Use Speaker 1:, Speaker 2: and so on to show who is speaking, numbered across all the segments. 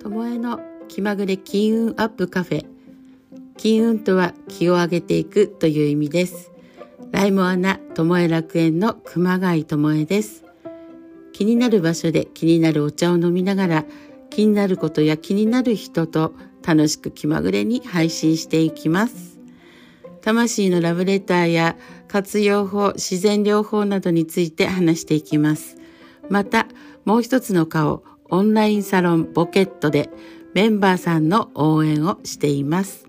Speaker 1: ともえの気まぐれ金運アップカフェ金運とは気を上げていくという意味ですライモアナともえ楽園の熊谷ともえです気になる場所で気になるお茶を飲みながら気になることや気になる人と楽しく気まぐれに配信していきます魂のラブレターや活用法、自然療法などについて話していきます。また、もう一つの顔、オンラインサロンボケットでメンバーさんの応援をしています。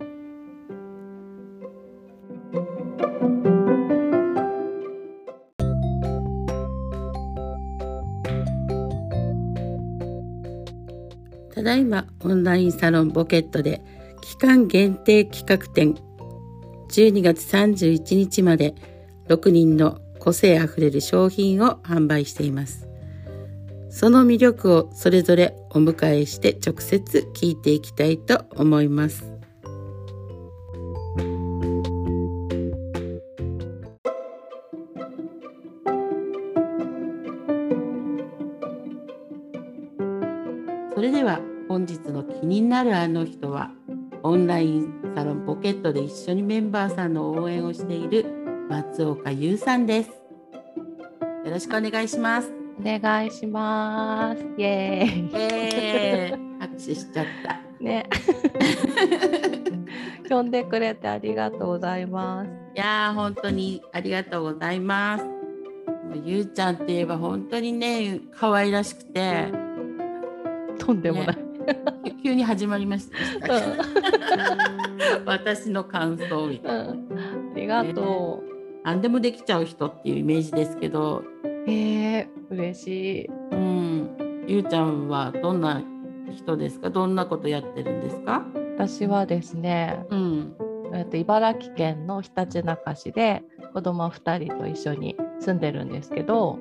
Speaker 1: ただいまオンラインサロンボケットで期間限定企画展12月31日まで6人の個性あふれる商品を販売していますその魅力をそれぞれお迎えして直接聞いていきたいと思いますそれでは本日の気になるあの人はオンラインサロンポケットで一緒にメンバーさんの応援をしている松岡優さんです。よろしくお願いします。
Speaker 2: お願いします。イエーイ。
Speaker 1: えー、拍手しちゃった。
Speaker 2: ね。呼んでくれてありがとうございます。
Speaker 1: いやー本当にありがとうございます。もうゆうちゃんって言えば本当にね可愛らしくて、
Speaker 2: とんでもない。
Speaker 1: き急に始まりました。 私の感想みたいな。
Speaker 2: うんうんありがと
Speaker 1: 何でもできちゃう人っていうイメージですけど、
Speaker 2: う。ええ嬉しい。
Speaker 1: うん、ゆうちゃんはどんな人ですか。どんなことやってるんですか。
Speaker 2: 私はですね、
Speaker 1: うん。
Speaker 2: えっと茨城県のひたちなか市で子供二人と一緒に住んでるんですけど、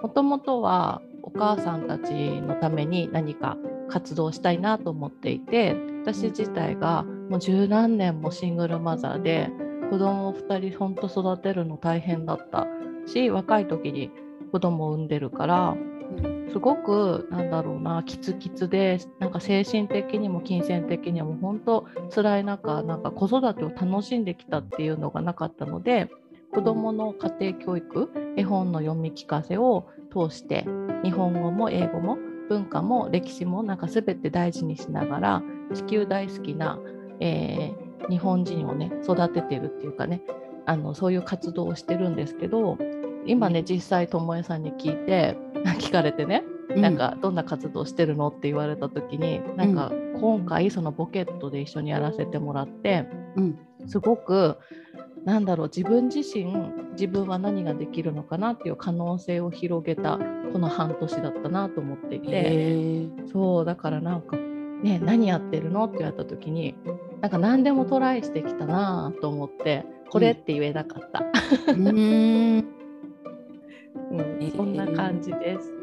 Speaker 2: もともとはお母さんたちのために何か活動したいなと思っていて私自体がもう十何年もシングルマザーで子供を2人ほんと育てるの大変だったし若い時に子供を産んでるからすごくなんだろうなキツキツでなんか精神的にも金銭的にも本当辛い中なんか子育てを楽しんできたっていうのがなかったので子どもの家庭教育絵本の読み聞かせを通して日本語も英語も文化も歴史もなんか全て大事にしながら地球大好きな、えー日本人をね育ててるっていうかねあのそういう活動をしてるんですけど今ね実際ともえさんに聞いて 聞かれてねなんかどんな活動してるのって言われた時に、なんか今回そのボケットで一緒にやらせてもらって
Speaker 1: うん。
Speaker 2: すごくなんだろう自分自身自分は何ができるのかなっていう可能性を広げたこの半年だったなと思ってい
Speaker 1: うん。
Speaker 2: て、
Speaker 1: へー
Speaker 2: そうだからなんか、ね「何やってるの?」って言われた時になんか何でもトライしてきたなと思ってこれって言えなかった、
Speaker 1: うーん。
Speaker 2: うん
Speaker 1: ー
Speaker 2: そんな感じです。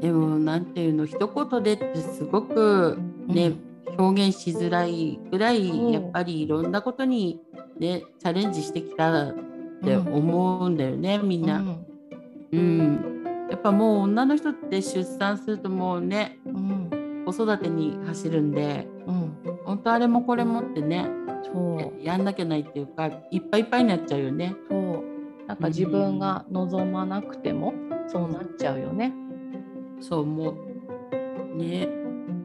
Speaker 1: でもなんていうの一言でってすごくね、表現しづらいぐら
Speaker 2: う
Speaker 1: い
Speaker 2: ん
Speaker 1: やっぱりいろんなことにねチャレンジしてきたっ
Speaker 2: うん
Speaker 1: て思うんだよね、みん
Speaker 2: う
Speaker 1: な。
Speaker 2: ん
Speaker 1: うん。やっぱもう女の人って出産するともうね
Speaker 2: うん
Speaker 1: 子育てに走るんで
Speaker 2: うん、
Speaker 1: 本当あれもこれもってね
Speaker 2: そう
Speaker 1: やんなきゃないっていうかいっぱいいっぱいになっちゃうよね。
Speaker 2: そうなんか自分が望まなくてもそうなっちゃうよね。
Speaker 1: そう思う。ね。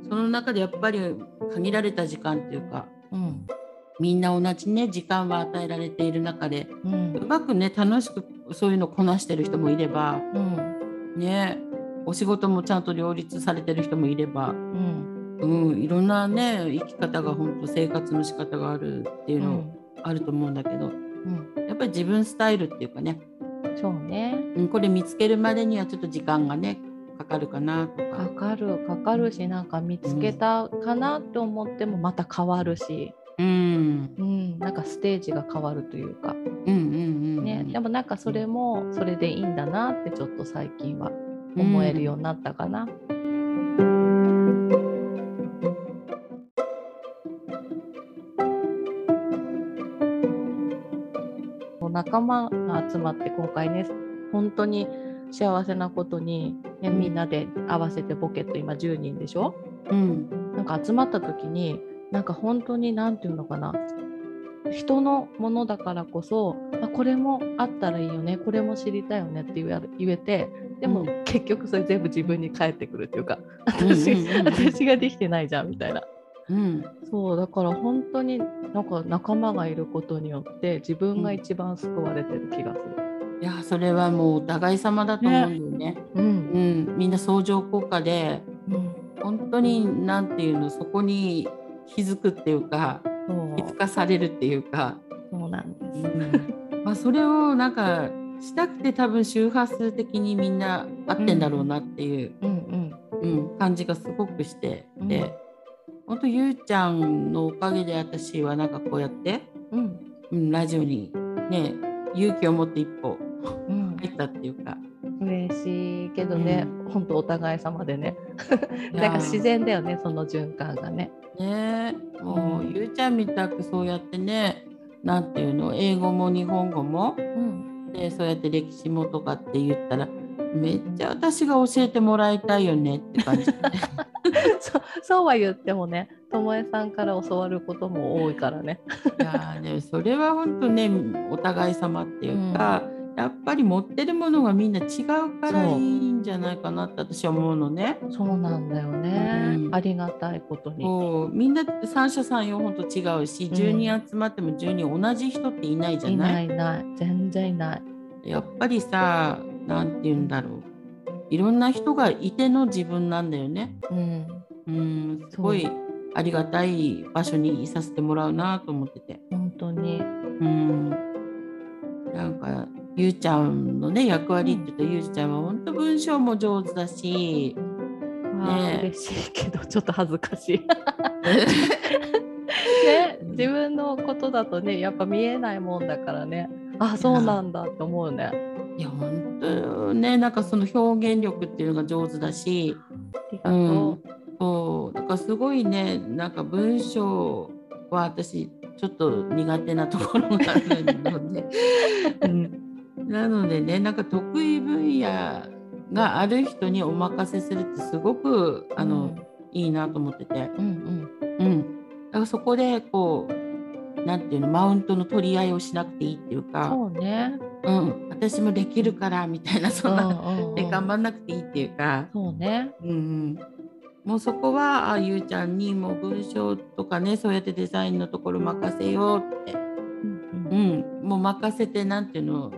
Speaker 1: その中でやっぱり限られた時間っていうか
Speaker 2: うん
Speaker 1: みんな同じね時間は与えられている中で
Speaker 2: う
Speaker 1: うんまくね楽しくそういうのこなしてる人もいれば
Speaker 2: うん
Speaker 1: ねお仕事もちゃんと両立されてる人もいれば、
Speaker 2: うん
Speaker 1: うん、いろんなね生き方が本当生活の仕方があるっていううの
Speaker 2: ん
Speaker 1: あると思うんだけど、
Speaker 2: うん
Speaker 1: やっぱり自分スタイルっていうかね、
Speaker 2: そうね
Speaker 1: うん、これ見つけるまでにはちょっと時間がねかかるかなと
Speaker 2: か
Speaker 1: か。
Speaker 2: かるかかるしなんか見つけたかなって思ってもまた変わるし、
Speaker 1: うん
Speaker 2: うん、なんかステージが変わるというか、
Speaker 1: うんうんうん
Speaker 2: ね、でもなんかそれもそれでいいんだなってちょっと最近は
Speaker 1: うん
Speaker 2: 思えるようになったかな。仲間が集まって今回ね本当に幸せなことに、ね、みんなで合わせてボケット今10人でしょ
Speaker 1: うん
Speaker 2: なんか集まった時になんか本当に何て言うのかな人のものだからこそあこれもあったらいいよねこれも知りたいよねって言わ言えてでも
Speaker 1: うん
Speaker 2: 結局それ全部自分に返ってくるっていうか
Speaker 1: うんうん
Speaker 2: 私,、
Speaker 1: うんうん
Speaker 2: 私ができてないじゃんみたいな
Speaker 1: うん
Speaker 2: そうだから本当になんか仲間がいることによって自分が一番救われてる気がする。
Speaker 1: いやそれはもうお互い様だと思うんだよね
Speaker 2: うん
Speaker 1: うん、みんな相乗効果で
Speaker 2: うん
Speaker 1: 本当になんていうのそこに気づくっていうか
Speaker 2: そう
Speaker 1: 気づかされるっていうか、
Speaker 2: そうなんで
Speaker 1: う
Speaker 2: す。
Speaker 1: んまあ、それをなんかしたくて多分周波数的にみんな合ってんだろうなっていう、
Speaker 2: うんうん
Speaker 1: うん感じがすごくして
Speaker 2: うん
Speaker 1: で、ほん、本当ゆうちゃんのおかげで私はなんかこうやって、
Speaker 2: うん
Speaker 1: うん、ラジオにね勇気を持って一歩
Speaker 2: うん
Speaker 1: 入ったっていうか。
Speaker 2: 嬉しいけどね、本当お互い様でね
Speaker 1: いや
Speaker 2: なんか自然だよねその循環がね
Speaker 1: ねえもう
Speaker 2: うん
Speaker 1: ゆうちゃんみたくそうやってねなんていうの英語も日本語も
Speaker 2: うん
Speaker 1: でそうやって歴史もとかって言ったらめっちゃ私が教えてもらいたいよねって 感じ
Speaker 2: そそうは言ってもねともえさんから教わることも多いからね
Speaker 1: いやーでもそれは本当ねお互い様っていうか、やっぱり持ってるものがみんな違うからい
Speaker 2: そう
Speaker 1: いんじゃないかなって私は思うのね。
Speaker 2: そうなんだよね、ありがたいことに
Speaker 1: こうみんな三者三様本当違うし
Speaker 2: ん
Speaker 1: 10人集まっても10人同じ人っていないじゃ
Speaker 2: い
Speaker 1: ない
Speaker 2: ないいない全然いない
Speaker 1: やっぱりさ何て言うんだろういろんな人がいての自分なんだよね。
Speaker 2: うん
Speaker 1: うんすごいありがたい場所にいさせてもらうなと思ってて。
Speaker 2: 本当に
Speaker 1: うんなんかゆうちゃんのね役割って言うと、ゆうちゃんは本当文章も上手だし
Speaker 2: あ
Speaker 1: ね
Speaker 2: ー嬉しいけどちょっと恥ずか しいね自分のことだとねやっぱ見えないもんだからねあそうなんだって思うね
Speaker 1: いや本当ねなんかその表現力っていうのが上手だし。
Speaker 2: ありが
Speaker 1: う
Speaker 2: とう、
Speaker 1: ん、そうだからすごいねなんか文章は私ちょっと苦手なところがあるの で
Speaker 2: うん
Speaker 1: なのでねなんか得意分野がある人にお任せするってすごくあの、いいなと思ってて、
Speaker 2: うんうん
Speaker 1: うん、だからそこでこうなんていうのマウントの取り合いをしなくていいっていうか
Speaker 2: そうね。
Speaker 1: う、ん、私もできるからみたいなそんな、で頑
Speaker 2: っ
Speaker 1: 張んなくていいっていうか。
Speaker 2: そうね。
Speaker 1: うんうん、もうそこはあゆうちゃんにもう文章とかねそうやってデザインのところ任せようって、
Speaker 2: うん
Speaker 1: うん、もう任せてなんていうの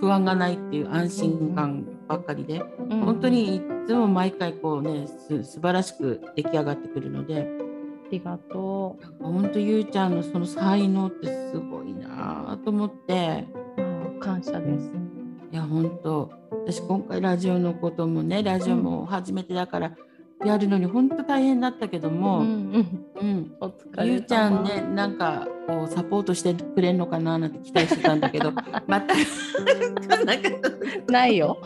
Speaker 1: 不安がないっていう安心感ばっかりで
Speaker 2: うん
Speaker 1: 本当にいつも毎回こうねす素晴らしく出来上がってくるので
Speaker 2: ありがとう。
Speaker 1: 本当ゆうちゃんのその才能ってすごいなと思って
Speaker 2: ああ感謝です。
Speaker 1: いや本当私今回ラジオのこともねラジオも初めてだからやるのに本当大変だったけど
Speaker 2: う
Speaker 1: も。
Speaker 2: んうん。
Speaker 1: うん
Speaker 2: お疲れ様。
Speaker 1: ゆうちゃんね。なんかこうサポートしてくれるのかななんて期待してたんだ けどまたなんか
Speaker 2: ないよ。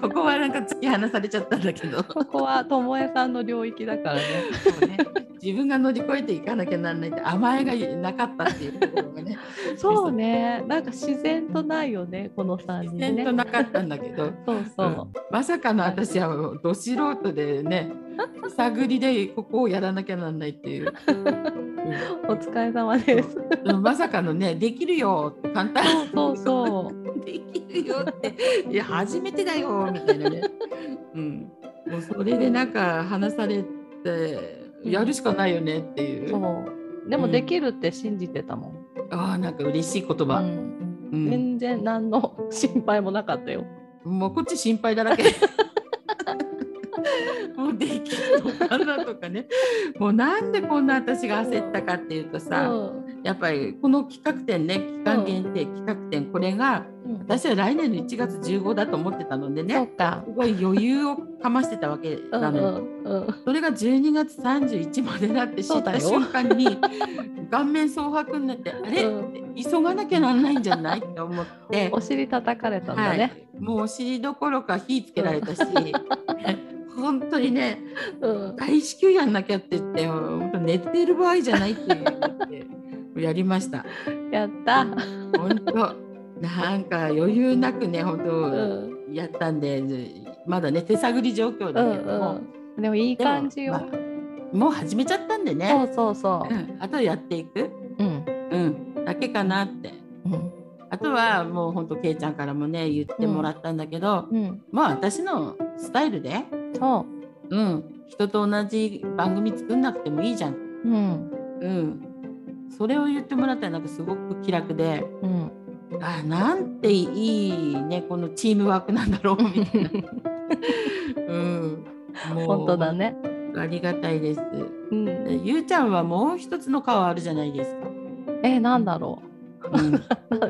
Speaker 1: ここはなんか突き放されちゃったんだけど
Speaker 2: ここはともえさんの領域だからね。
Speaker 1: そうね自分が乗り越えていかなきゃならないって甘えがなかったっていうところがね
Speaker 2: そうね。なんか自然とないよね。この三人
Speaker 1: 自然
Speaker 2: ね
Speaker 1: と。なかったんだけど
Speaker 2: そうそう。
Speaker 1: まさかの私はもうど素人で ね探りでここをやらなきゃならないっていう、
Speaker 2: お疲れ様です。
Speaker 1: うんまさかのねできるよって簡単
Speaker 2: そうそう。
Speaker 1: できるよっていや初めてだよみたいなね、うん、もうそれでなんか話されてやるしかないよねっていう、
Speaker 2: そう。でもできるって信じてたもん。
Speaker 1: ああなんか嬉しい言
Speaker 2: う
Speaker 1: 葉、
Speaker 2: ん。
Speaker 1: うん
Speaker 2: 全然何の心配もなかったよ。
Speaker 1: もうこっち心配だらけ もうできるのかなとかねもうなんでこんな私が焦ったかっていうとさ、
Speaker 2: うん
Speaker 1: やっぱりこの企画展ね期間限定企画展これが
Speaker 2: うん
Speaker 1: 私は来年の1月15だと思ってたので
Speaker 2: そう
Speaker 1: ね
Speaker 2: か。
Speaker 1: すごい余裕をかましてたわけ
Speaker 2: うん
Speaker 1: なのよ。
Speaker 2: うんうん。
Speaker 1: それが12月31までだって知
Speaker 2: そう
Speaker 1: っ
Speaker 2: だ
Speaker 1: た
Speaker 2: よ
Speaker 1: 瞬間に顔面蒼白になってあれ、
Speaker 2: うん
Speaker 1: 急がなきゃなんないんじゃないって思って
Speaker 2: お、尻叩かれたん
Speaker 1: は
Speaker 2: だ
Speaker 1: い
Speaker 2: ね。
Speaker 1: もうお尻どころか火つけられたし 本当にね
Speaker 2: うん。
Speaker 1: 大至急やんなきゃって言って本当寝てる場合じゃないって言ってやりました
Speaker 2: やった。
Speaker 1: 本当なんか余裕なくね本
Speaker 2: う
Speaker 1: 当
Speaker 2: ん
Speaker 1: やったんで、まだね手探り状況
Speaker 2: う
Speaker 1: だけ
Speaker 2: ん
Speaker 1: れども、
Speaker 2: うん、でもいい
Speaker 1: でも
Speaker 2: 感じよ、
Speaker 1: まあもう始めちゃったんでね
Speaker 2: そうそうそ
Speaker 1: うん、あとやっていく、
Speaker 2: う、うん
Speaker 1: うん、だけかなって
Speaker 2: うん
Speaker 1: あとはもうほんとけいちゃんからもね言ってもらったんだけど、
Speaker 2: うん、
Speaker 1: まあ私のスタイルで、
Speaker 2: そ
Speaker 1: うん、人と同じ番組作んなくてもいいじゃん、
Speaker 2: う、うん
Speaker 1: うん、それを言ってもらったらなんかすごく気楽で
Speaker 2: うん、
Speaker 1: あなんていいねこのチームワークなんだろうみたいな、うん、もう
Speaker 2: 本当だね、
Speaker 1: ありがたいです
Speaker 2: うん、
Speaker 1: でゆうちゃんはもう一つの顔あるじゃないです
Speaker 2: えなんだろ
Speaker 1: か、うん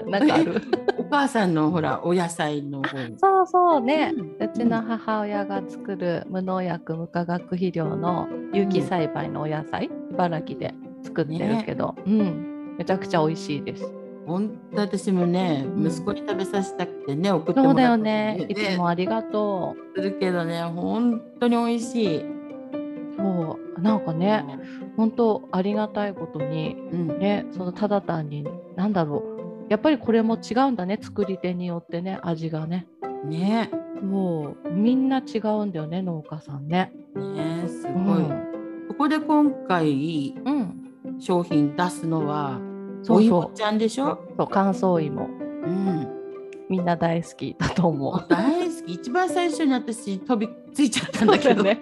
Speaker 2: うなんかある
Speaker 1: お母さんのほらお野菜の方に
Speaker 2: そうそうね、
Speaker 1: うん
Speaker 2: うちの母親が作る無農薬無化学肥料の有機栽培のお野菜、茨城で作ってるけど、うん、めちゃくちゃ美味しいです。
Speaker 1: 本当私もね
Speaker 2: うん
Speaker 1: 息子に食べさせたくてね送って
Speaker 2: そう
Speaker 1: も
Speaker 2: だ
Speaker 1: ら
Speaker 2: よ
Speaker 1: った
Speaker 2: ね、
Speaker 1: り
Speaker 2: いつもありがとう。
Speaker 1: するけどね本当に美味しい
Speaker 2: そう、なんかね、本当ありがたいことに
Speaker 1: うん
Speaker 2: ね、そのただ単になんだろう、やっぱりこれも違うんだね、作り手によってね、味がね。
Speaker 1: ね
Speaker 2: もうみんな違うんだよね、農家さんね。
Speaker 1: ねす
Speaker 2: う
Speaker 1: ごい、
Speaker 2: ん、
Speaker 1: ここで今回
Speaker 2: うん、
Speaker 1: 商品出すのは
Speaker 2: そう
Speaker 1: お
Speaker 2: そ
Speaker 1: 芋ちゃんでしょ
Speaker 2: う、そう乾燥芋。
Speaker 1: うん
Speaker 2: みんな大好きだと思
Speaker 1: もう
Speaker 2: う。
Speaker 1: 大好き一番最初に私飛びついちゃったんだけど
Speaker 2: ね。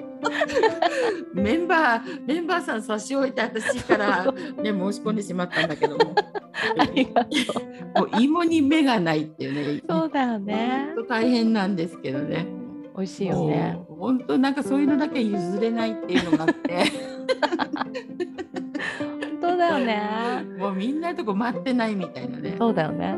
Speaker 1: メンバーメンバーさん差し置いて私からね申し込んでしまったんだけど も
Speaker 2: ありがとう。
Speaker 1: もう芋に目がないっていうね
Speaker 2: そうだよね
Speaker 1: 本。当大変なんですけどね。
Speaker 2: 美味しいよね。
Speaker 1: もう本当なんかそういうのだけ譲れないっていうのがあって
Speaker 2: 本当だよね。
Speaker 1: もうみんなとこ待ってないみたいなね。
Speaker 2: そうだよね。
Speaker 1: はい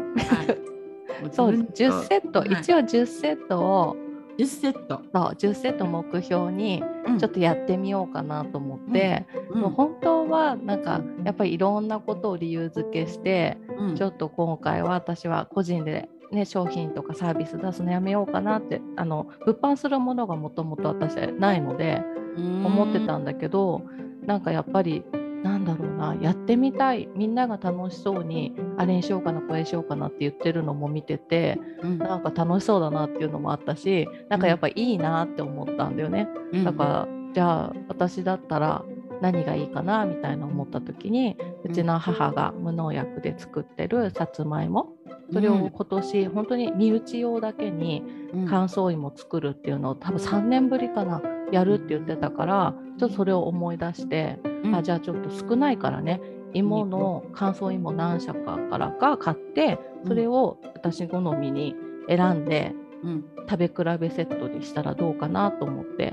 Speaker 1: も
Speaker 2: そう、
Speaker 1: 自分
Speaker 2: 10
Speaker 1: と
Speaker 2: セット、
Speaker 1: はい
Speaker 2: 一応10セットを、
Speaker 1: 10セット。
Speaker 2: そう10セット目標にちょっとやってみようかなと思って、
Speaker 1: うん
Speaker 2: もう本当はなんかやっぱりいろんなことを理由付けして、
Speaker 1: うん
Speaker 2: ちょっと今回は私は個人で、ね、商品とかサービス出すのやめようかなってあの物販するものがもともと私はないので思ってたんだけどなんかやっぱりなんだろうなやってみたいみんなが楽しそうにあれにしようかなこれにしようかなって言ってるのも見てて
Speaker 1: うん
Speaker 2: なんか楽しそうだなっていうのもあったしなんかやっぱいいなって思ったんだよね。
Speaker 1: うん
Speaker 2: だからじゃあ私だったら何がいいかなみたいな思った時にうちの母が無農薬で作ってるさつまいもそれを今年本当に身内用だけに
Speaker 1: うん
Speaker 2: 乾燥芋作るっていうのを多分3年ぶりかなやるって言ってたからちょっとそれを思い出して
Speaker 1: うん
Speaker 2: あじゃあちょっと少ないからね芋の乾燥芋何社かからか買ってそれを私好みに選んで
Speaker 1: うん
Speaker 2: 食べ比べセットにしたらどうかなと思って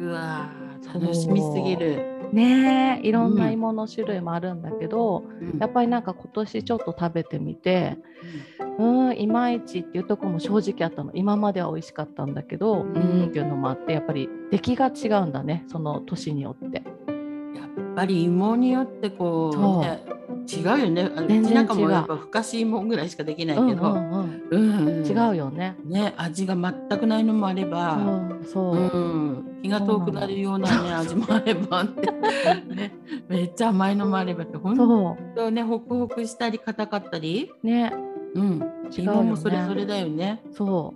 Speaker 1: うわー
Speaker 2: そう
Speaker 1: 楽しみすぎる。
Speaker 2: ねえいろん
Speaker 1: う
Speaker 2: なん芋の種類もあるんだけど、やっぱりなんか今年ちょっと食べてみてうーんいまいちっていうところも正直あったの今までは美味しかったんだけどう
Speaker 1: うん
Speaker 2: ーんっていうのもあってやっぱり出来が違うんだねその年によって
Speaker 1: やっぱり芋によってこう
Speaker 2: そう
Speaker 1: ね違うよね。あの
Speaker 2: 全然
Speaker 1: うちなんか
Speaker 2: 違
Speaker 1: も
Speaker 2: う
Speaker 1: やっぱふかし芋ぐらいしかできない
Speaker 2: うん
Speaker 1: け
Speaker 2: う
Speaker 1: ど、
Speaker 2: んうん
Speaker 1: うん
Speaker 2: 違うよね、
Speaker 1: ね味が全くないのもあれば。
Speaker 2: そうそう、
Speaker 1: うん、気が遠くなるようなね味もあればって、ね、 めっちゃ甘いのもあればって本
Speaker 2: そ
Speaker 1: 当ねホクホクしたり硬かったり、
Speaker 2: うね
Speaker 1: うん、
Speaker 2: 違うよね
Speaker 1: 芋もそれぞれだよね。
Speaker 2: そ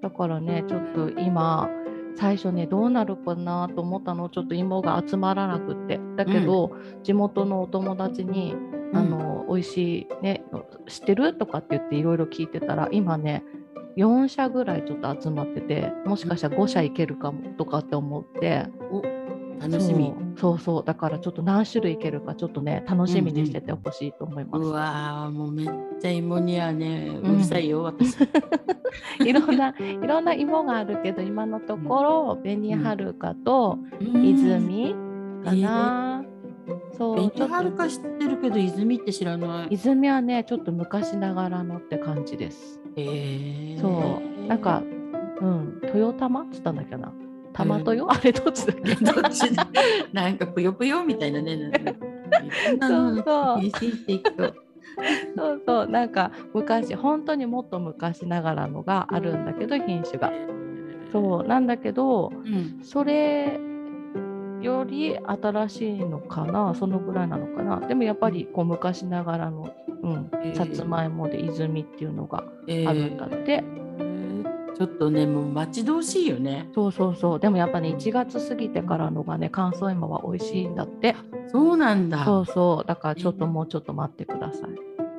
Speaker 2: うだからねちょっと今最初ねどうなるかなと思ったのちょっと芋が集まらなくってだけど、地元のお友達にあの美味しいね知ってるとかって言っていろいろ聞いてたら今ね4社ぐらいちょっと集まっててもしかしたら5社いけるかもとかって思って
Speaker 1: うん、楽しみ。
Speaker 2: そうそうそうだからちょっと何種類いけるかちょっとね楽しみにしててほしいと思います、
Speaker 1: うわーもうめっちゃ芋にはねうるさいよ、私。
Speaker 2: いろんないろんな芋があるけど今のところ紅はるかと
Speaker 1: うん
Speaker 2: 泉かな、そうちょ
Speaker 1: 紅は
Speaker 2: っ
Speaker 1: る
Speaker 2: と
Speaker 1: か知ってるけど泉って知らない。
Speaker 2: 泉はねちょっと昔ながらのって感じです
Speaker 1: えー
Speaker 2: そう、なんか、うん、豊玉っつったんだっけな。玉とよ、あれどっちだっけ。
Speaker 1: どっちだ なんかぷよぷよみたいなね。なんかそんな
Speaker 2: そ
Speaker 1: の 変
Speaker 2: うそう、
Speaker 1: 身していくと。
Speaker 2: そうそう、なんか昔、本当にもっと昔ながらのがあるんだけど、品種が。そう、なんだけど、
Speaker 1: うん。
Speaker 2: それ。より新しいのかな、そのぐらいなのかな、でもやっぱりこう昔ながらのうん
Speaker 1: へえ
Speaker 2: さつまいもで泉っていうのが
Speaker 1: え
Speaker 2: あるんだって、
Speaker 1: ちょっとねもう待ち遠しいよね
Speaker 2: そうそうそうでもやっぱね1月過ぎてからのがね乾燥芋は美味しいんだって
Speaker 1: そうなんだ
Speaker 2: そうそうだからちょっともうちょっと待ってくださ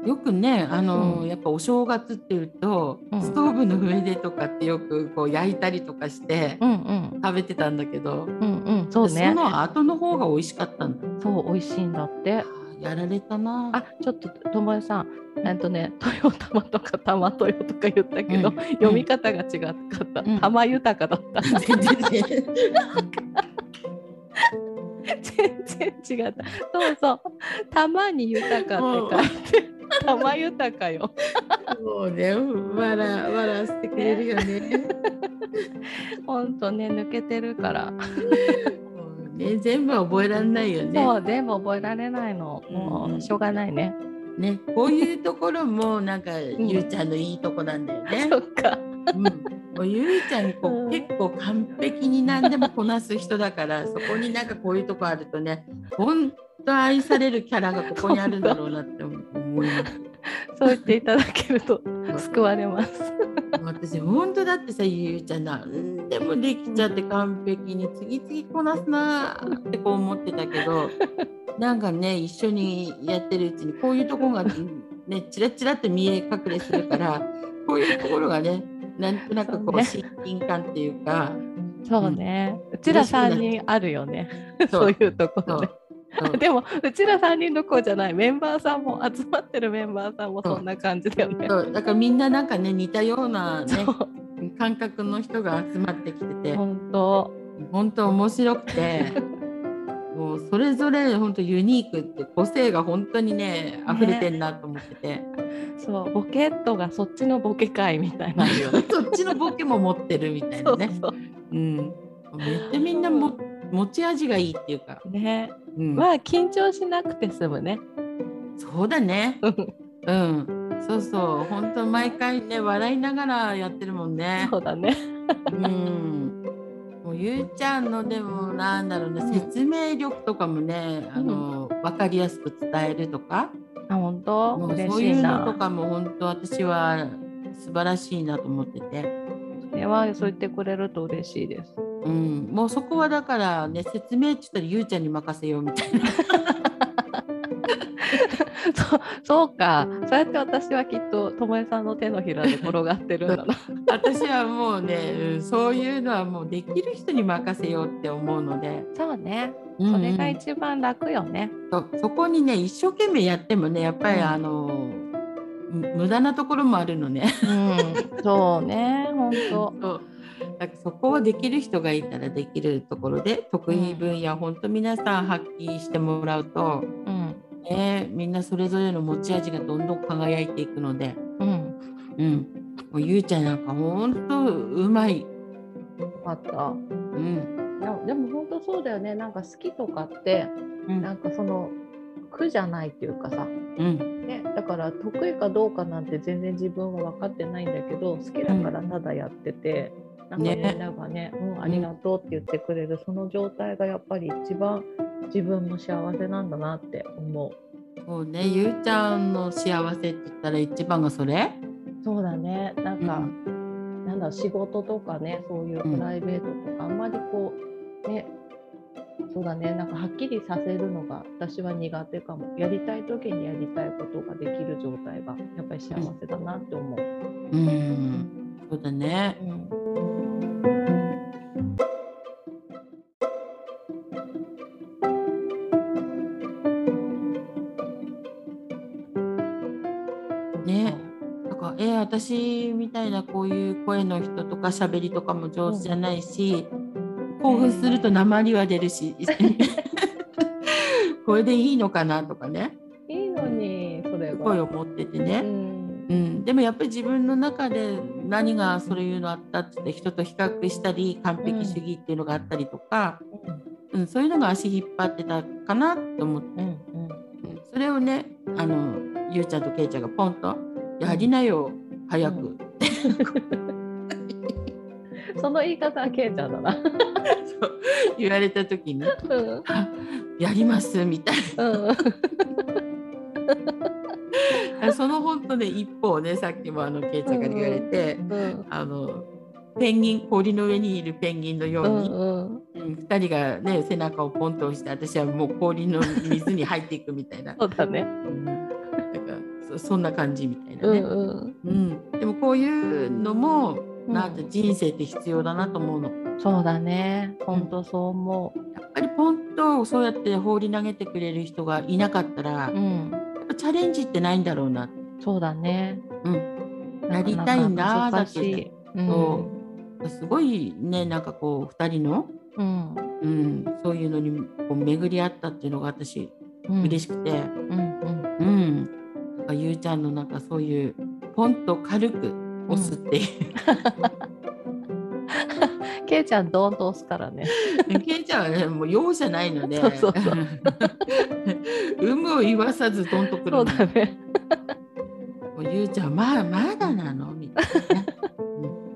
Speaker 2: い
Speaker 1: よくねあの、
Speaker 2: うん
Speaker 1: やっぱお正月っていうと、
Speaker 2: うん
Speaker 1: ストーブの上でとかってよくこう焼いたりとかして
Speaker 2: うんうん
Speaker 1: 食べてたんだけど、
Speaker 2: うんうんそうね
Speaker 1: の後の方が美味しかったんだ
Speaker 2: そう美味しいんだって
Speaker 1: やられたな
Speaker 2: あちょっとともえさんえっとね「トヨタマ」とか「タマトヨ」とか言ったけど、
Speaker 1: うん
Speaker 2: 読み方が違かった
Speaker 1: うん
Speaker 2: 「タマ豊か」だった、
Speaker 1: 全然 ね
Speaker 2: 全然違ったそうそう「たまに豊か」って書いて「たま豊かよ」
Speaker 1: もうね笑笑わせてくれるよね
Speaker 2: ほんとね抜けてるから、
Speaker 1: もうね全部は覚えられないよね
Speaker 2: そう全部覚えられないのも
Speaker 1: うんう
Speaker 2: うんしょうがないね、
Speaker 1: ねこういうところもなんか、
Speaker 2: ん
Speaker 1: ゆうちゃんのいいとこなんだよ ね
Speaker 2: そっか
Speaker 1: うん、もうゆいちゃんこう、
Speaker 2: うん
Speaker 1: 結構完璧に何でもこなす人だからそこになんかこういうとこあるとね本当愛されるキャラがここにあるんだろうなって思います。
Speaker 2: そう言っていただけると救われます
Speaker 1: 私本当だってさゆうちゃんなんでもできちゃって完璧に次々こなすなーってこう思ってたけどなんかね一緒にやってるうちにこういうとこがねチラチラって見え隠れするからこういうところがねなんとなくこ
Speaker 2: そう
Speaker 1: う
Speaker 2: ね
Speaker 1: 親近感っていうか。
Speaker 2: そうね、うちら3人あるよねそういうとこ
Speaker 1: そ
Speaker 2: ろね
Speaker 1: う。 そう
Speaker 2: でもうちら3人どころじゃないメンバーさんも集まってるメンバーさんもそんな感じだよね。
Speaker 1: そうだからみんななんかね似たようなね
Speaker 2: そう
Speaker 1: 感覚の人が集まってきてて
Speaker 2: 本当
Speaker 1: 本当面白く てもうそれぞれ本当ユニークって個性が本当にね溢れてんなと思ってて、
Speaker 2: そうボケっとがそっちのボケ会みたいなのあるよね
Speaker 1: そっちのボケも持ってるみたい
Speaker 2: そ
Speaker 1: な
Speaker 2: う
Speaker 1: ね
Speaker 2: そう
Speaker 1: うん、めっちゃみんなも持ち味がいいっていうか、
Speaker 2: ね
Speaker 1: うん
Speaker 2: まあ緊張しなくて済むね。
Speaker 1: そうだねうんそうそう本当毎回ね笑いながらやってるもんね。
Speaker 2: そうだね。
Speaker 1: うんもうゆうちゃんのでもなんだろうね、
Speaker 2: うん
Speaker 1: 説明力とかもねあの、分かりやすく伝えるとか、
Speaker 2: あ本当
Speaker 1: もう
Speaker 2: 嬉
Speaker 1: そう
Speaker 2: し
Speaker 1: い
Speaker 2: いう
Speaker 1: のと
Speaker 2: な。
Speaker 1: かも本当私は素晴らしいなと思ってて、
Speaker 2: それはそう言ってくれると嬉しいです。
Speaker 1: うん、もうそこはだからね説明って言ったらゆうちゃんに任せようみたいな。
Speaker 2: そうそうかそうやって私はきっとともえさんの手のひらで転がってるんだな。
Speaker 1: 私はもうね、うんそういうのはもうできる人に任せようって思うので、
Speaker 2: そうね
Speaker 1: うん
Speaker 2: それが一番楽よね。
Speaker 1: そうそこにね一生懸命やってもねやっぱりあの、む無駄なところもあるのね。
Speaker 2: うん、そうね、本当。
Speaker 1: そうだからそこはできる人がいたらできるところで得意分野、本当皆さん発揮してもらうと、
Speaker 2: うん、
Speaker 1: ね、みんなそれぞれの持ち味がどんどん輝いていくので、
Speaker 2: うん、
Speaker 1: うん、もうゆうちゃんなんか本当うまい、
Speaker 2: よかった。
Speaker 1: うん
Speaker 2: でも、でも本当そうだよね、なんか好きとかって、
Speaker 1: う
Speaker 2: なんんかその。苦じゃないっていうかさ、
Speaker 1: うん、
Speaker 2: ね、だから得意かどうかなんて全然自分は分かってないんだけど好きだからただやってて、なんかみ
Speaker 1: ね
Speaker 2: んながねうん、ありがとうって言ってくれるその状態がやっぱり一番自分も幸せなんだなって思う
Speaker 1: そうねゆうちゃんの幸せって言ったら一番がそれ、
Speaker 2: そうだねなん
Speaker 1: う
Speaker 2: か、
Speaker 1: ん
Speaker 2: なんだろう仕事とかねそういうプライベートとか、あんまりこうねそうだねなんかはっきりさせるのが私は苦手かもやりたい時にやりたいことができる状態がやっぱり幸せだなって思う。
Speaker 1: うん、そうだね
Speaker 2: うん
Speaker 1: ねだからえ私みたいなこういう声の人とか喋りとかも上手じゃないし、興奮すると鉛は出るし これでいいのかなとかね
Speaker 2: いいのにそれ
Speaker 1: す
Speaker 2: が。
Speaker 1: ごい思ってて
Speaker 2: う
Speaker 1: ね、
Speaker 2: ん
Speaker 1: うん、でもやっぱり自分の中で何がそういうのあったって言って人と比較したり完璧主義っていうのがあったりとか、うんそういうのが足引っ張ってたかなと思って
Speaker 2: うん
Speaker 1: う
Speaker 2: うん
Speaker 1: んそれをねあのゆうちゃんとけいちゃんがポンと「やりなよ早く」
Speaker 2: うその言い方はけいちゃんだな。
Speaker 1: そう言われた時に
Speaker 2: う
Speaker 1: 「
Speaker 2: ん
Speaker 1: あやります」みたい
Speaker 2: う ん
Speaker 1: その本当ね一方ねさっきもあのケイちゃんから言われて、
Speaker 2: うん
Speaker 1: あのペンギン氷の上にいるペンギンのよ
Speaker 2: う
Speaker 1: うんに、
Speaker 2: うん、
Speaker 1: うん二人がね背中をポンと押して私はもう氷の水に入っていくみたいな
Speaker 2: そうだね。
Speaker 1: うんなんかそそんな感じみたいな
Speaker 2: う
Speaker 1: ね、
Speaker 2: んうん、
Speaker 1: うんでもこういうのも、
Speaker 2: うん
Speaker 1: なんて人生って必要だなと思うの
Speaker 2: そうだね。本当そう思
Speaker 1: やっぱりポンとそうやって放り投げてくれる人がいなかったら、
Speaker 2: う。う
Speaker 1: やっ
Speaker 2: ん、
Speaker 1: ぱチャレンジってないんだろうな、
Speaker 2: そうだね。
Speaker 1: うん、
Speaker 2: か
Speaker 1: なりたいんだ
Speaker 2: なか難し
Speaker 1: だ
Speaker 2: い。うん、
Speaker 1: そうすごいねなんかこう2人の、
Speaker 2: ん、
Speaker 1: うん、そういうのにこう巡り合ったっていうのが私
Speaker 2: うん、
Speaker 1: 嬉
Speaker 2: し
Speaker 1: しくて、
Speaker 2: い。うん、うん、
Speaker 1: うん、なんかゆうちゃんのなんかそういうポンと軽く押すって いう、
Speaker 2: けいちゃんドーンと押すからね。
Speaker 1: けいちゃんはねもう容赦ないので
Speaker 2: そうそうそ
Speaker 1: 有無を言わさずどんとくる
Speaker 2: そ
Speaker 1: の
Speaker 2: うだね。
Speaker 1: もうゆうちゃんまあまだなのみたいなね、うん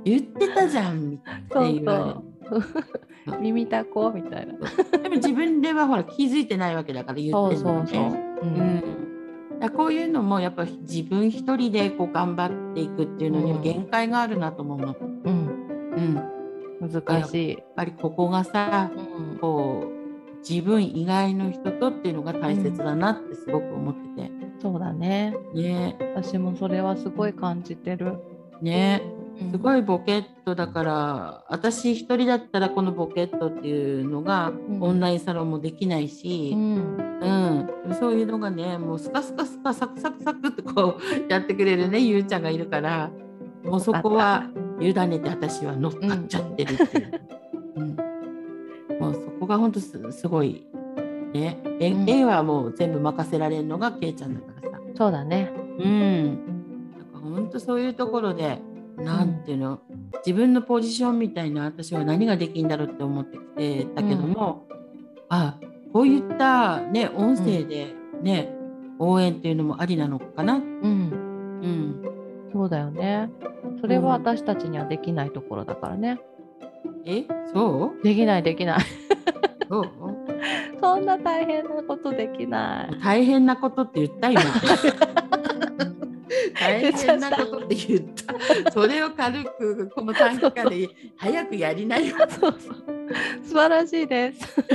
Speaker 1: 言ってたじゃんみたいな
Speaker 2: そ
Speaker 1: ね
Speaker 2: う
Speaker 1: 言わ
Speaker 2: そう。耳たこみた
Speaker 1: れ
Speaker 2: いな。
Speaker 1: るでも自分ではほら気づいてないわけだから言ってる
Speaker 2: そうそ
Speaker 1: の
Speaker 2: う
Speaker 1: ね
Speaker 2: そう。う、
Speaker 1: うんん、だからこういうのもやっぱ自分一人でこう頑張っていくっていうのには限界があるなと思うの、
Speaker 2: うん、
Speaker 1: うん、やっ
Speaker 2: 難しい。
Speaker 1: ぱりここがさ
Speaker 2: うん、
Speaker 1: こう自分以外の人とっていうのが大切だなってすごく思ってて、
Speaker 2: そうだね。
Speaker 1: ね
Speaker 2: 私もそれはすごい感じてる。
Speaker 1: ねす
Speaker 2: い。
Speaker 1: ごいボケットだから私一人だったらこのボケットっていうのが
Speaker 2: ん
Speaker 1: オンラインサロンもできないし
Speaker 2: う、ん、
Speaker 1: うんそういうのがねもうスカスカスカサクサクサクってこう やってくれるねゆうちゃんがいるからもうそこは委ねて私は乗っかっちゃってるっていう、うんもうそこがほんとすすごいねえ、
Speaker 2: うん
Speaker 1: 絵はもう全部任せられるのがけいちゃんだからさ。
Speaker 2: そうだね。
Speaker 1: うん、なんか本当そういうところでなんていうの、自分のポジションみたいな私は何ができるんだろうって思ってきてたけども、あこういった、ね、音声で、ね応援っていうのもありなのかな。
Speaker 2: うん。
Speaker 1: うん、
Speaker 2: そうだよね。それは私たちにはできないところだからね。
Speaker 1: えそう
Speaker 2: できないできない。
Speaker 1: そう
Speaker 2: そんな大変なことできない。
Speaker 1: 大変なことって言 った今。大変なことって言った。それを軽くこの短期間で早くやりなよ。
Speaker 2: そう そう。素晴らしいです。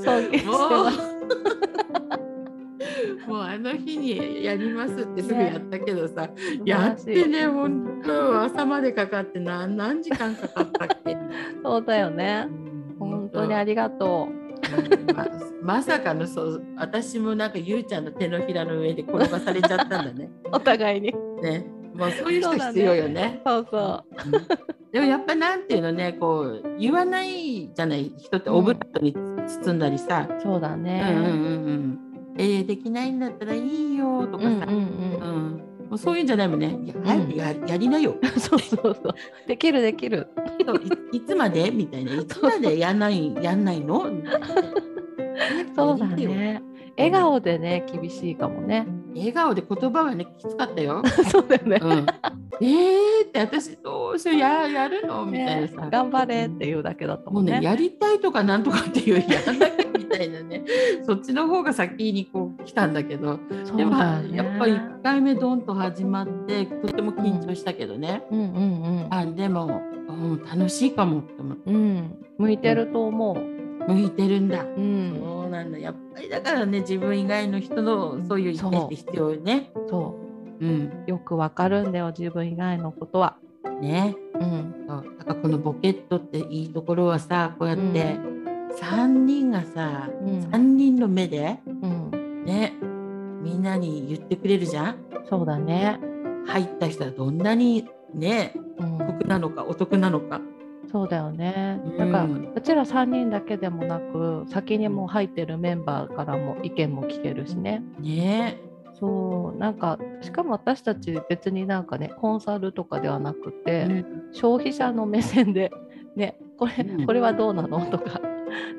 Speaker 2: 尊敬して
Speaker 1: も
Speaker 2: ます。
Speaker 1: うもうあの日にやりますってすぐやったけどさ、やってね本当朝までかかって何何時間かかったっけ
Speaker 2: そうだよね。本当にあ
Speaker 1: り
Speaker 2: りがと
Speaker 1: ままさかのそう私もなんかゆうちゃんの手のひらの上で転がされちゃったんだ ね
Speaker 2: う。お互いに。
Speaker 1: ねもうそういう人必要よね
Speaker 2: そうそう。
Speaker 1: うんでもやっぱなんていうのねこう言わないじゃない人ってオブラートに包んだりさ、
Speaker 2: そうだ
Speaker 1: うんうん
Speaker 2: ね。
Speaker 1: うんうん、えーできないんだったらいいよとか
Speaker 2: う
Speaker 1: さ、うん
Speaker 2: うんんうん。
Speaker 1: もうそういうんじゃないもんね、いや早くややりなよ
Speaker 2: そうそうそう。できるできる。
Speaker 1: そうい、いつまでみた いな、いつまでやんないやんないのみたいな
Speaker 2: そうだ。ね。笑顔でね、厳しいかもね。
Speaker 1: 笑顔で言葉はね、きつかったよ。
Speaker 2: そうだよね。
Speaker 1: うん、えーって私どうしようややるのみたいな
Speaker 2: ね
Speaker 1: さ、
Speaker 2: 頑張れっていうだけだと
Speaker 1: も
Speaker 2: 思
Speaker 1: う
Speaker 2: う
Speaker 1: ね
Speaker 2: ね。
Speaker 1: やりたいとかなんとかっていうやらなきゃみたいなねそっちの方が先にこう来たんだけど
Speaker 2: そう
Speaker 1: でも
Speaker 2: だよね
Speaker 1: やっぱり1回目ドンと始まってとても緊張したけどね、
Speaker 2: うんうんうん。
Speaker 1: あでも、うん、楽しいかもって思って
Speaker 2: うん、向いてると思う。
Speaker 1: 向いてるんだ、
Speaker 2: うん、
Speaker 1: そうなんだやっぱりだからね自分以外の人のそういう
Speaker 2: そう
Speaker 1: 人って必要よね、
Speaker 2: そう
Speaker 1: ん、
Speaker 2: う、よくわかるんだよ、自分以外のことは。
Speaker 1: ね
Speaker 2: うん、
Speaker 1: そうだからこのボケットっていいところはさこうやって3人がさ、
Speaker 2: うん
Speaker 1: 3人の目で
Speaker 2: うん、
Speaker 1: ねみんなに言ってくれるじゃん
Speaker 2: そうだね。
Speaker 1: 入った人はどんなにね
Speaker 2: うん、
Speaker 1: 得なのかお得なのか
Speaker 2: そうだよね
Speaker 1: うん。
Speaker 2: だから、うちら3人だけでもなく、先にもう入ってるメンバーからも意見も聞けるしね。
Speaker 1: ね
Speaker 2: そう、なんか、しかも私たち別になんかね、コンサルとかではなくて、
Speaker 1: うん
Speaker 2: 消費者の目線で、 ね、これ、
Speaker 1: うん
Speaker 2: これはどうなのとか、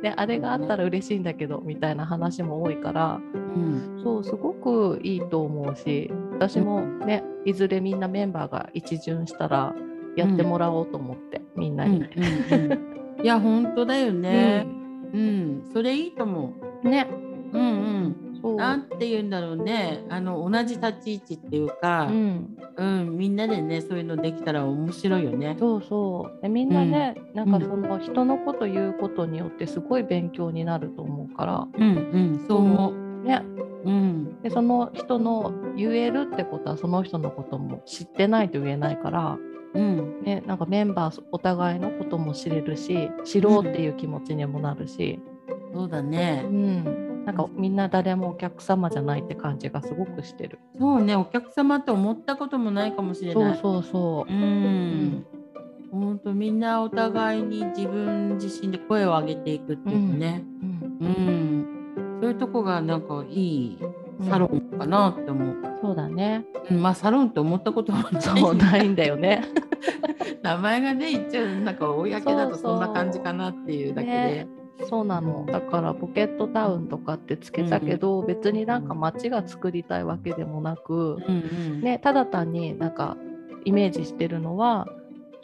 Speaker 2: ね、あれがあったら嬉しいんだけど、みたいな話も多いから、
Speaker 1: うん
Speaker 2: そうすごくいいと思うし私もねいずれみんなメンバーが一巡したらやってもらおうと思って、みん
Speaker 1: う
Speaker 2: なんに。
Speaker 1: うん いや本当だよね、うん、それいいと思う。
Speaker 2: うんね
Speaker 1: うんうん。
Speaker 2: そう
Speaker 1: なんて言うんだろうねあの同じ立ち位置っていうか
Speaker 2: う、ん、
Speaker 1: うんみんなでねそういうのできたら面白いよね。
Speaker 2: そうそうでみんなね、なんかその人のこと言うことによってすごい勉強になると思うから、
Speaker 1: うんうんそう思う。
Speaker 2: ね、
Speaker 1: うん
Speaker 2: でその人の言えるってことはその人のことも知ってないと言えないから、
Speaker 1: うん
Speaker 2: ね、なんかメンバーお互いのことも知れるし知ろうっていう気持ちにもなるし、
Speaker 1: そうだ
Speaker 2: う
Speaker 1: ね。
Speaker 2: ん、なんかみんな誰もお客様じゃないって感じがすごくしてる。
Speaker 1: そうねお客様って思ったこともないかもしれ
Speaker 2: そ
Speaker 1: な
Speaker 2: う
Speaker 1: い。
Speaker 2: そうそう
Speaker 1: う。ん本当みんなお互いに自分自身で声を上げていくっていうかね、
Speaker 2: うん
Speaker 1: うんそういうとこがなんかいいサロンかなって思う、
Speaker 2: そう だね。
Speaker 1: うんまあサロンって思ったことはない
Speaker 2: そうないんだよね。
Speaker 1: 名前がね一応なんか公だとそんな感じかなっていうだけで
Speaker 2: ねそうなの。だからポケットタウンとかってつけたけど、別になんか街が作りたいわけでもなく、
Speaker 1: うんうん
Speaker 2: ね、ただ単になんかイメージしてるのは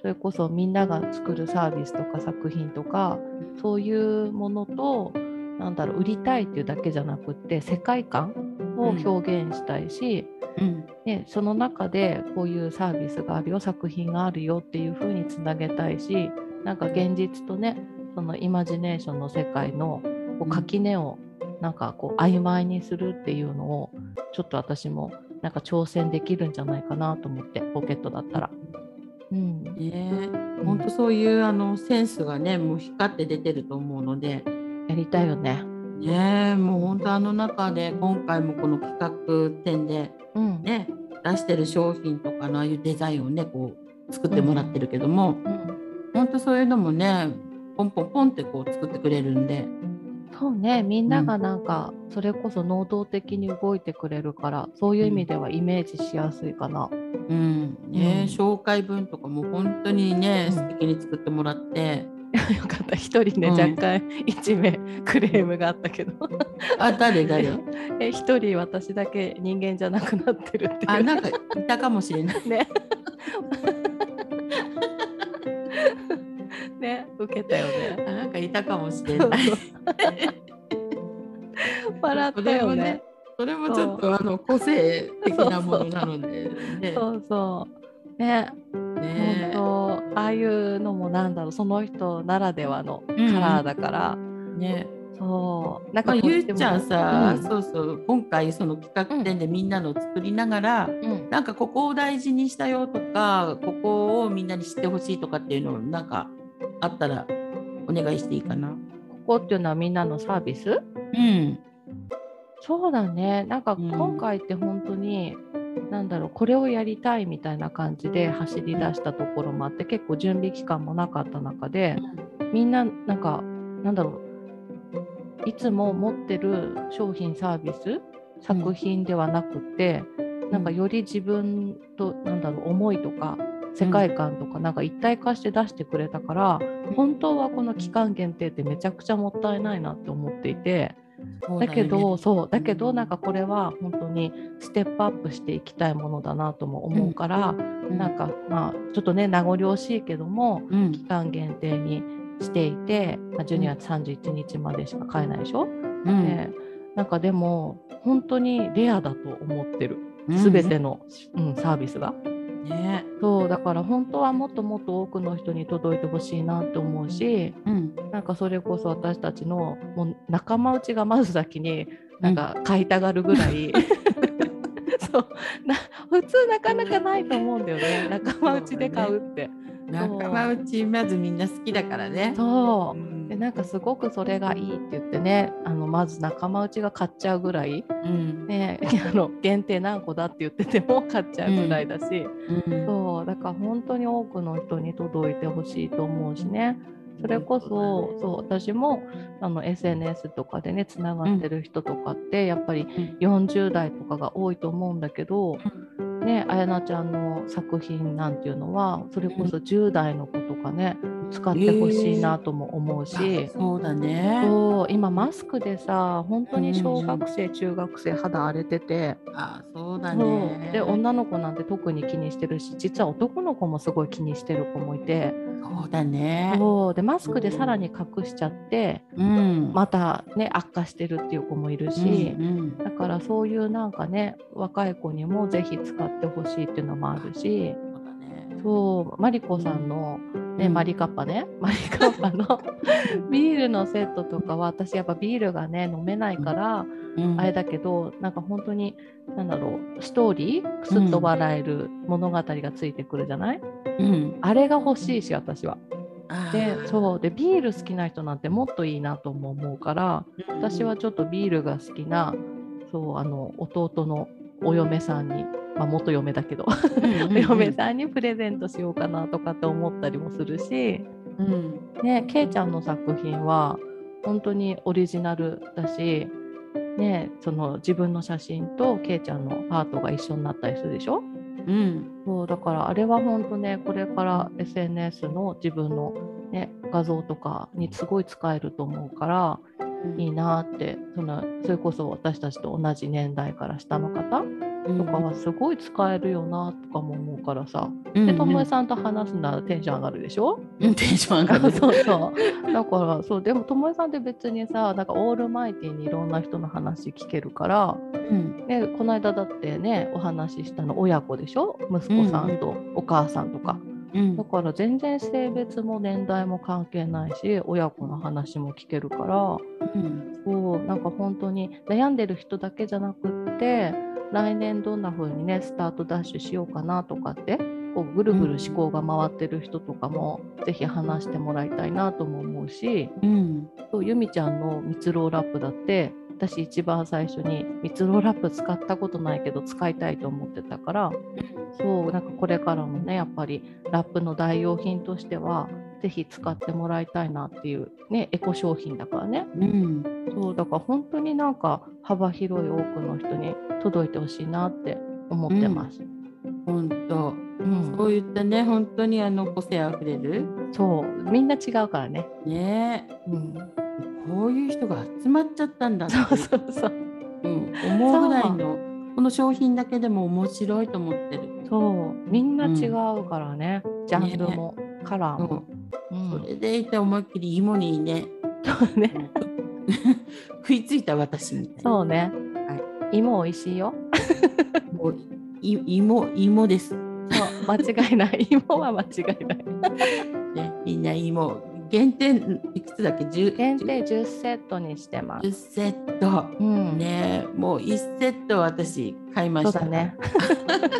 Speaker 2: それこそみんなが作るサービスとか作品とかそういうものとなんだろう売りたいっていうだけじゃなくって世界観を表現したいし、
Speaker 1: うん
Speaker 2: ね、その中でこういうサービスがあるよ作品があるよっていう風につなげたいしなんか現実とねそのイマジネーションの世界のこう垣根をなんかこう曖昧にするっていうのをちょっと私もなんか挑戦できるんじゃないかなと思ってポケットだったら。うん、
Speaker 1: ね本当そういうあのセンスがねもう光って出てると思うので
Speaker 2: やりたいよね。
Speaker 1: ねもう本当あの中で今回もこの企画展で
Speaker 2: うん
Speaker 1: ね出してる商品とかのああいうデザインをねこう作ってもらってるけども、
Speaker 2: うん、
Speaker 1: 本当そういうのもねポンポンポンってこう作ってくれるんで、
Speaker 2: そうねみんながなんかそれこそ能動的に動いてくれるからそういう意味ではイメージしやすいかな。
Speaker 1: うんね
Speaker 2: うん
Speaker 1: 紹介文とかも本当にね、
Speaker 2: うん
Speaker 1: 素敵に作ってもらって
Speaker 2: よかった一人ね、
Speaker 1: うん
Speaker 2: 若干1名クレームがあったけど
Speaker 1: あ誰誰
Speaker 2: え一人私だけ人間じゃなくなってるって
Speaker 1: あ
Speaker 2: いう
Speaker 1: なんかいたかもしれない
Speaker 2: ね ね受け たよね
Speaker 1: あなんかいたかもしれない
Speaker 2: 笑ったよね
Speaker 1: それもちょっとあの個性的なものなのでね
Speaker 2: そうそうね
Speaker 1: ね
Speaker 2: 本当ああいうのもなんだろうその人ならではのカ
Speaker 1: うん
Speaker 2: ラーだから、
Speaker 1: ね
Speaker 2: そうなん
Speaker 1: ま
Speaker 2: か
Speaker 1: あ、
Speaker 2: こっちも
Speaker 1: ゆうちゃんさ、
Speaker 2: うん
Speaker 1: そうそう今回その企画展でみんなの作りながら、
Speaker 2: うん
Speaker 1: なんかここを大事にしたよとかここをみんなに知ってほしいとかっていうのをなんかあったらお願いしていいかな。
Speaker 2: ここっていうのはみんなのサービス
Speaker 1: うん、
Speaker 2: そうだねなんか
Speaker 1: うん
Speaker 2: 今回って本当に、なんだろうこれをやりたいみたいな感じで走り出したところもあって結構準備期間もなかった中でみんななんかなんだろういつも持ってる商品サービス作品ではなくて、なんかより自分となんだろう思いとか世界観とかなんか一体化して出してくれたから、本当はこの期間限定ってめちゃくちゃもったいないなって思っていて。だけど、そうだけどなんかこれは本当にステップアップしていきたいものだなとも思うから、なんかまあちょっとね名残惜しいけども
Speaker 1: うん
Speaker 2: 期間限定にしていて、まあ、12月31日までしか買えないでし
Speaker 1: う
Speaker 2: ょ、
Speaker 1: ん
Speaker 2: でなんかでも本当にレアだと思ってる全ての、うん、サービスが。
Speaker 1: うんね
Speaker 2: そうだから本当はもっともっと多くの人に届いてほしいなって思うし
Speaker 1: うん
Speaker 2: なんかそれこそ私たちのもう仲間内がまず先になんか買いたがるぐら い、そうな普通なかなかないと思うんだよね仲間内で買うって
Speaker 1: 仲間内まずみんな好きだからね。
Speaker 2: そう
Speaker 1: うん
Speaker 2: でなんかすごくそれがいいって言ってねあのまず仲間内が買っちゃうぐらい、
Speaker 1: うん
Speaker 2: ね、 あの限定何個だって言ってても買っちゃうぐらいだし、
Speaker 1: うん
Speaker 2: そうだから本当に多くの人に届いてほしいと思うしねそれこそそう私もあの SNS とかでねつながってる人とかってやっぱり
Speaker 1: ん
Speaker 2: 40代とかが多いと思うんだけど、ねあやなちゃんの作品なんていうのはそれこそ10代の子とかね、使ってほしいなとも思うし、
Speaker 1: そうだね。
Speaker 2: そう今マスクでさ本当に小学生、中学生肌荒れてて
Speaker 1: あそうだ
Speaker 2: そ
Speaker 1: ね。
Speaker 2: うで女の子なんて特に気にしてるし実は男の子もすごい気にしてる子もいて
Speaker 1: そうだね。
Speaker 2: そうでマスクでさらに隠しちゃって
Speaker 1: うん。
Speaker 2: またね悪化してるっていう子もいる
Speaker 1: う
Speaker 2: し。
Speaker 1: ん
Speaker 2: だからそういうなんかね若い子にもぜひ使ってほしいっていうのもあるし
Speaker 1: うん、そうだね。
Speaker 2: そうマリコさんの、ね
Speaker 1: うん
Speaker 2: マリカッパね マリカッパのビールのセットとかは私やっぱビールがね飲めないから
Speaker 1: うん
Speaker 2: あれだけどなんか本当になんだろうストーリーくすっと笑える物語がついてくるじゃない、
Speaker 1: うん。
Speaker 2: あれが欲しいし私は。
Speaker 1: あ
Speaker 2: で
Speaker 1: ー
Speaker 2: そうでビール好きな人なんてもっといいなとも思うから。私はちょっとビールが好きなそうあの弟のお嫁さんに、まあ、元嫁だけど、お 嫁さんにプレゼントしようかなとかって思ったりもするし、
Speaker 1: うんうん
Speaker 2: ね、けいちゃんの作品は本当にオリジナルだし、ね、その自分の写真とけいちゃんのパートが一緒になったりするでしょ
Speaker 1: うん
Speaker 2: そうだからあれは本当ねこれから SNS の自分の、ね、画像とかにすごい使えると思うから。
Speaker 1: うん
Speaker 2: いいなってそのそれこそ私たちと同じ年代から下の方とかはすごい使えるよなとかも思うからさ、
Speaker 1: うん
Speaker 2: でともえさんと話すならテンション上がるでしょ、
Speaker 1: うんうんテンション上がる
Speaker 2: そうそうだからそうでもともえさんって別にさなんかオールマイティにいろんな人の話聞けるから、
Speaker 1: うん
Speaker 2: ね、この間だってねお話ししたの親子でしょ息子さんとお母さんとか、
Speaker 1: うん
Speaker 2: だから全然性別も年代も関係ないし親子の話も聞けるから。
Speaker 1: うん
Speaker 2: そうなんか本当に悩んでる人だけじゃなくって来年どんな風にねスタートダッシュしようかなとかってこうぐるぐる思考が回ってる人とかも、ぜひ話してもらいたいなとも思うし
Speaker 1: うん
Speaker 2: そうゆみちゃんの蜜ろうラップだって私一番最初に蜜ろうラップ使ったことないけど使いたいと思ってたからそうなんかこれからもねやっぱりラップの代用品としてはぜひ使ってもらいたいなっていうねエコ商品だからね。
Speaker 1: うん
Speaker 2: そうだから本当になんか幅広い多くの人に届いてほしいなって思ってます。
Speaker 1: 本当
Speaker 2: うん
Speaker 1: そういったね本当にあの個性あふれる
Speaker 2: そうみんな違うからね。
Speaker 1: ね
Speaker 2: うん、
Speaker 1: こういう人が集まっちゃったんだって
Speaker 2: そうそうそう。
Speaker 1: うん思うぐらいのこの商品だけでも面白いと思ってる。
Speaker 2: そうみんな違うからね、ジャンルも、カラー
Speaker 1: そ
Speaker 2: も
Speaker 1: う。
Speaker 2: うん
Speaker 1: それでいて思いっきり芋にね
Speaker 2: そうね。
Speaker 1: 食いついた私みたいな。
Speaker 2: そうね。芋美味しいよ。
Speaker 1: もうい芋芋です。
Speaker 2: そう 間違いない。芋は間違いない。
Speaker 1: ねみんな芋限定いくつだっけ10
Speaker 2: 限定10セットにしてま
Speaker 1: 10
Speaker 2: す。
Speaker 1: セット。
Speaker 2: うん。
Speaker 1: ねもう1セット私買いまし
Speaker 2: そう
Speaker 1: た
Speaker 2: だね。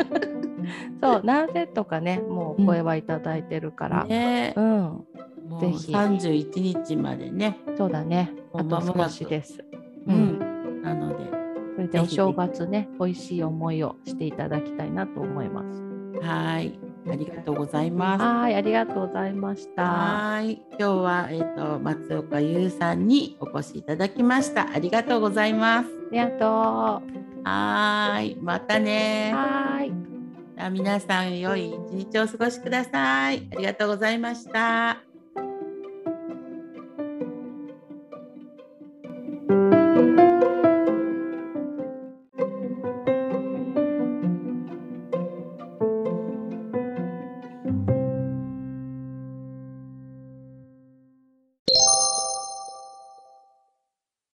Speaker 2: そう何セットかねもうお声はいただいてるから。
Speaker 1: ね
Speaker 2: うん
Speaker 1: もう
Speaker 2: ぜひ
Speaker 1: 31日までね、
Speaker 2: そうだね。
Speaker 1: もう
Speaker 2: あ
Speaker 1: 間
Speaker 2: と
Speaker 1: もなく
Speaker 2: 少しです。
Speaker 1: う
Speaker 2: うんん、
Speaker 1: なので
Speaker 2: それでお正月ね、美味しい思いをしていただきたいなと思います。
Speaker 1: はーいありがとうございます。
Speaker 2: はい、ありがとうございました。
Speaker 1: はーい、今日はえっ、と松岡優さんにお越しいただきました。ありがとうございます。
Speaker 2: ありがとう。は
Speaker 1: はーい、またね。
Speaker 2: ーい。
Speaker 1: 皆さん良い一日をお過ごしください。ありがとうございました。